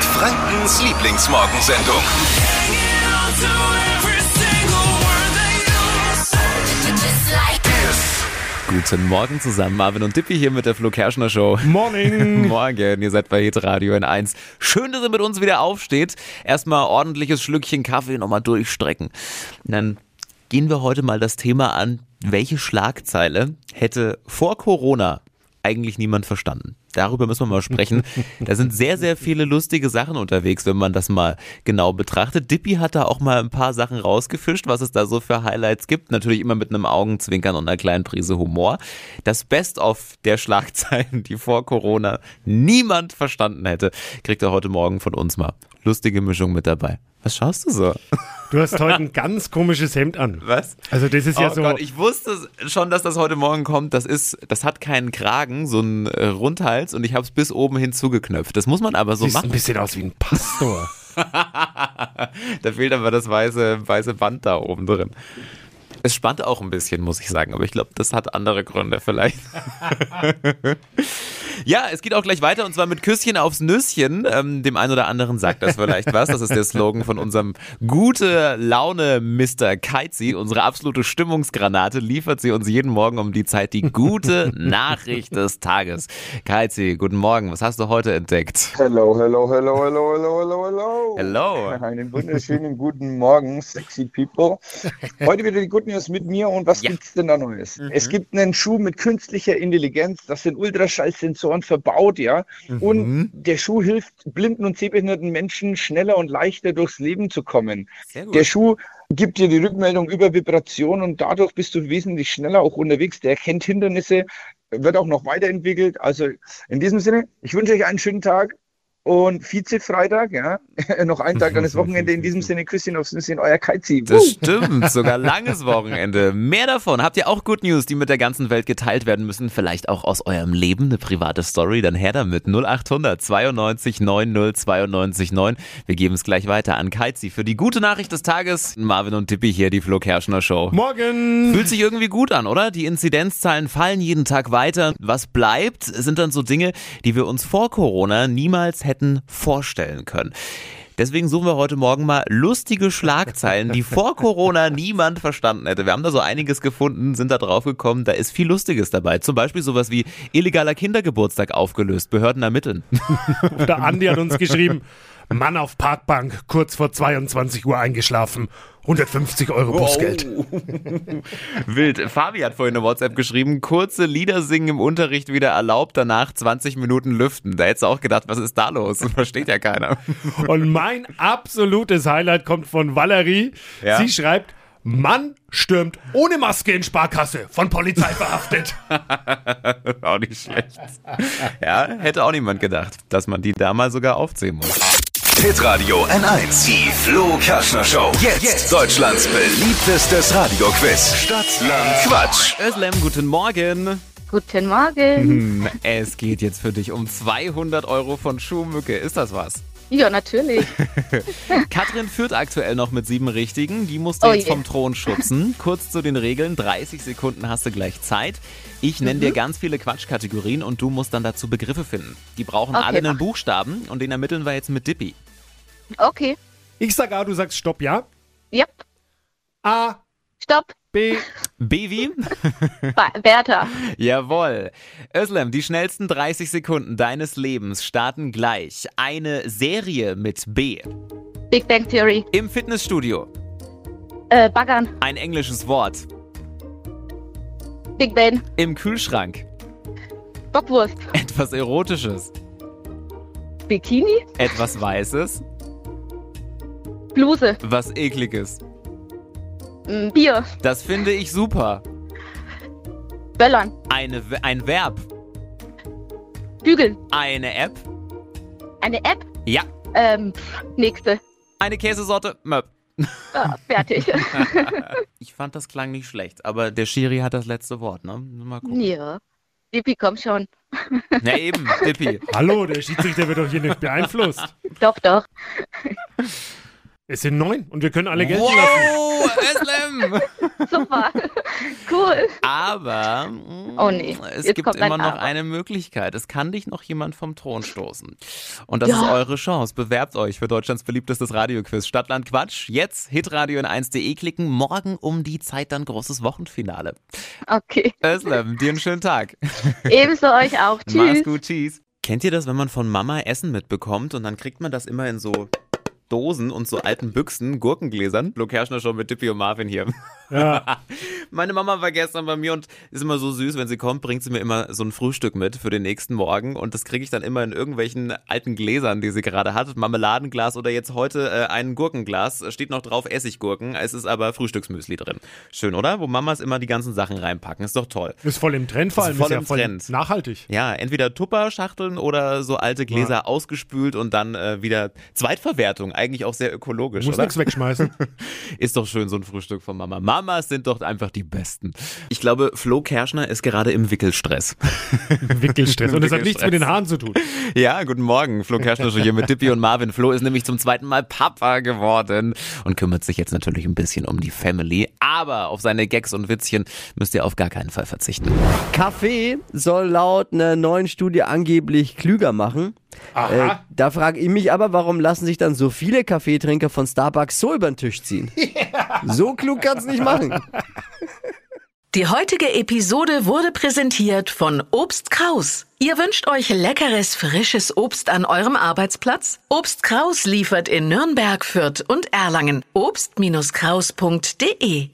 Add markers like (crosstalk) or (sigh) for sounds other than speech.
Frankens Lieblingsmorgensendung. Guten Morgen zusammen, Marvin und Dippi hier mit der Flo Kerschner Show. Morning! (laughs) Morgen, ihr seid bei Hit Radio in 1. Schön, dass ihr mit uns wieder aufsteht. Erstmal ordentliches Schlückchen Kaffee nochmal durchstrecken. Und dann gehen wir heute mal das Thema an, welche Schlagzeile hätte vor Corona eigentlich niemand verstanden. Darüber müssen wir mal sprechen. Da sind sehr, sehr viele lustige Sachen unterwegs, wenn man das mal genau betrachtet. Dippy hat da auch mal ein paar Sachen rausgefischt, was es da so für Highlights gibt. Natürlich immer mit einem Augenzwinkern und einer kleinen Prise Humor. Das Best-of der Schlagzeilen, die vor Corona niemand verstanden hätte, kriegt er heute Morgen von uns mal. Lustige Mischung mit dabei. Was schaust du so? Du hast heute ein ganz komisches Hemd an. Was? Also das ist ja oh so. Gott, ich wusste schon, dass das heute Morgen kommt. Das ist, das hat keinen Kragen, so einen äh, Rundhals und ich habe es bis oben hin zugeknöpft. Das muss man aber so siehst ein machen. bisschen aus wie ein (laughs) Pastor. Da fehlt aber das weiße, weiße Band da oben drin. Es spannt auch ein bisschen, muss ich sagen, aber ich glaube, das hat andere Gründe vielleicht. (laughs) ja, es geht auch gleich weiter und zwar mit Küsschen aufs Nüsschen. Ähm, dem einen oder anderen sagt das vielleicht was. Das ist der Slogan von unserem gute Laune Mr. Keizi. Unsere absolute Stimmungsgranate liefert sie uns jeden Morgen um die Zeit die gute Nachricht des Tages. Keizi, guten Morgen. Was hast du heute entdeckt? Hello, hello, hello, hello, hello, hello, hello. Hello. Einen wunderschönen guten Morgen, sexy people. Heute wieder die Good News mit mir und was Ja. Mhm. gibt's denn da Neues? Es gibt einen Schuh mit künstlicher Intelligenz, das sind Ultraschallsensoren verbaut, ja. Mhm. Und der Schuh hilft blinden und sehbehinderten Menschen schneller und leichter durchs Leben zu kommen. Sehr Der Schuh gibt dir die Rückmeldung über Vibration und dadurch bist du wesentlich schneller auch unterwegs. Der erkennt Hindernisse, wird auch noch weiterentwickelt. Also in diesem Sinne, ich wünsche euch einen schönen Tag und Vize-Freitag, ja. (laughs) noch einen Tag dann ist Wochenende. (laughs) In diesem Sinne, Küsschen aufs Nüsschen, euer Kaizi. Das stimmt, sogar langes Wochenende. Mehr davon. Habt ihr auch Good News, die mit der ganzen Welt geteilt werden müssen? Vielleicht auch aus eurem Leben eine private Story? Dann her damit. 0800 92 90 92 9. Wir geben es gleich weiter an Keizi für die gute Nachricht des Tages. Marvin und Tippi hier, die Flo Kerschner Show. Morgen! Fühlt sich irgendwie gut an, oder? Die Inzidenzzahlen fallen jeden Tag weiter. Was bleibt, sind dann so Dinge, die wir uns vor Corona niemals hätten vorstellen können. Deswegen suchen wir heute Morgen mal lustige Schlagzeilen, die vor Corona niemand verstanden hätte. Wir haben da so einiges gefunden, sind da drauf gekommen, da ist viel Lustiges dabei. Zum Beispiel sowas wie illegaler Kindergeburtstag aufgelöst, Behörden ermitteln. Der Andi hat uns geschrieben: Mann auf Parkbank, kurz vor 22 Uhr eingeschlafen. 150 Euro Bußgeld. Oh. (laughs) Wild. Fabi hat vorhin eine WhatsApp geschrieben, kurze Lieder singen im Unterricht wieder erlaubt, danach 20 Minuten lüften. Da hättest du auch gedacht, was ist da los? (laughs) Versteht ja keiner. Und mein absolutes Highlight kommt von Valerie. Ja. Sie schreibt: Mann stürmt ohne Maske in Sparkasse, von Polizei verhaftet. auch nicht schlecht. Ja, hätte auch niemand gedacht, dass man die da mal sogar aufzählen muss. Hit Radio N1. Die Flo Kerschner Show. Jetzt, Deutschlands beliebtestes Radioquiz. Stadt, Land, Quatsch. Özlem, guten Morgen. Guten Morgen. Mhm. Es geht jetzt für dich um 200 Euro von Schuhmücke. Ist das was? (laughs) Ja, natürlich. Katrin führt aktuell noch mit sieben Richtigen. Die musst du Oh jetzt je. vom Thron (laughs) schubsen. Kurz zu den Regeln. 30 Sekunden hast du gleich Zeit. Ich nenne Mhm. dir ganz viele Quatschkategorien und du musst dann dazu Begriffe finden. Die brauchen Okay, alle einen mach. Buchstaben und den ermitteln wir jetzt mit Dippy. Okay. Ich sag A, du sagst Stopp, ja? Ja. A, Stopp. B. Baby? (laughs) Ba- Bertha. Jawohl. Özlem, die schnellsten 30 Sekunden deines Lebens starten gleich. Eine Serie mit B. Big Bang Theory. Im Fitnessstudio. Äh, Baggern. Ein englisches Wort. Big Ben. Im Kühlschrank. Bockwurst. Etwas Erotisches. Bikini. Etwas Weißes. Bluse. Was Ekliges. Mm, Bier. Das finde ich super. Böllern. Eine, ein Verb, Bügeln. eine App, Eine App. ja, Ähm, pff, nächste. eine Käsesorte, Möp. Ah, (laughs) fertig. Ich fand, das klang nicht schlecht, aber der Schiri hat das letzte Wort, ne? Mal gucken. ja. Dippi, komm schon. Na eben, Dippi. Hallo, der Schiedsrichter wird doch hier nicht beeinflusst. Doch, doch. Es sind neun und wir können alle gelten lassen. Wow, Slam! (laughs) Super. cool. Aber mm, Oh nee, es jetzt gibt kommt ein immer noch Aber. eine Möglichkeit. Es kann dich noch jemand vom Thron stoßen. Und das Ja. ist eure Chance. Bewerbt euch für Deutschlands beliebtestes Radioquiz Stadtland Quatsch. Jetzt hitradio in 1.de klicken. Morgen um die Zeit dann großes Wochenfinale. Okay. Özlem, dir einen schönen Tag. Ebenso euch auch. Tschüss. Mach's gut, tschüss. Kennt ihr das, wenn man von Mama Essen mitbekommt und dann kriegt man das immer in so Dosen und so alten Büchsen, Gurkengläsern? Flo Kerschner schon mit Dippy und Marvin hier. Ja. (laughs) Meine Mama war gestern bei mir und ist immer so süß, wenn sie kommt, bringt sie mir immer so ein Frühstück mit für den nächsten Morgen und das kriege ich dann immer in irgendwelchen alten Gläsern, die sie gerade hat, Marmeladenglas oder jetzt heute äh, ein Gurkenglas, steht noch drauf Essiggurken, es ist aber Frühstücksmüsli drin. Schön, oder? Wo Mamas immer die ganzen Sachen reinpacken, ist doch toll. Ist voll im Trend, vor Ist allem voll ist ja im voll Trend. nachhaltig. Ja, entweder Tupper-Schachteln oder so alte Gläser ausgespült und dann äh, wieder Zweitverwertung, eigentlich auch sehr ökologisch, Muss oder? nichts wegschmeißen. (laughs) Ist doch schön, so ein Frühstück von Mama. Mamas sind doch einfach die Besten. Ich glaube, Flo Kerschner ist gerade (laughs) im Wickelstress. Wickelstress. Und das hat nichts mit den Haaren zu tun. ja, guten Morgen. Flo Kerschner schon hier mit Dippy und Marvin. Flo ist nämlich zum zweiten Mal Papa geworden und kümmert sich jetzt natürlich ein bisschen um die Family. Aber auf seine Gags und Witzchen müsst ihr auf gar keinen Fall verzichten. Kaffee soll laut einer neuen Studie angeblich klüger machen. Äh, da frage ich mich aber, warum lassen sich dann so viele Kaffeetrinker von Starbucks so über den Tisch ziehen? So klug kann's nicht machen. Die heutige Episode wurde präsentiert von Obst Kraus. Ihr wünscht euch leckeres, frisches Obst an eurem Arbeitsplatz? Obst Kraus liefert in Nürnberg, Fürth und Erlangen. Obst-Kraus.de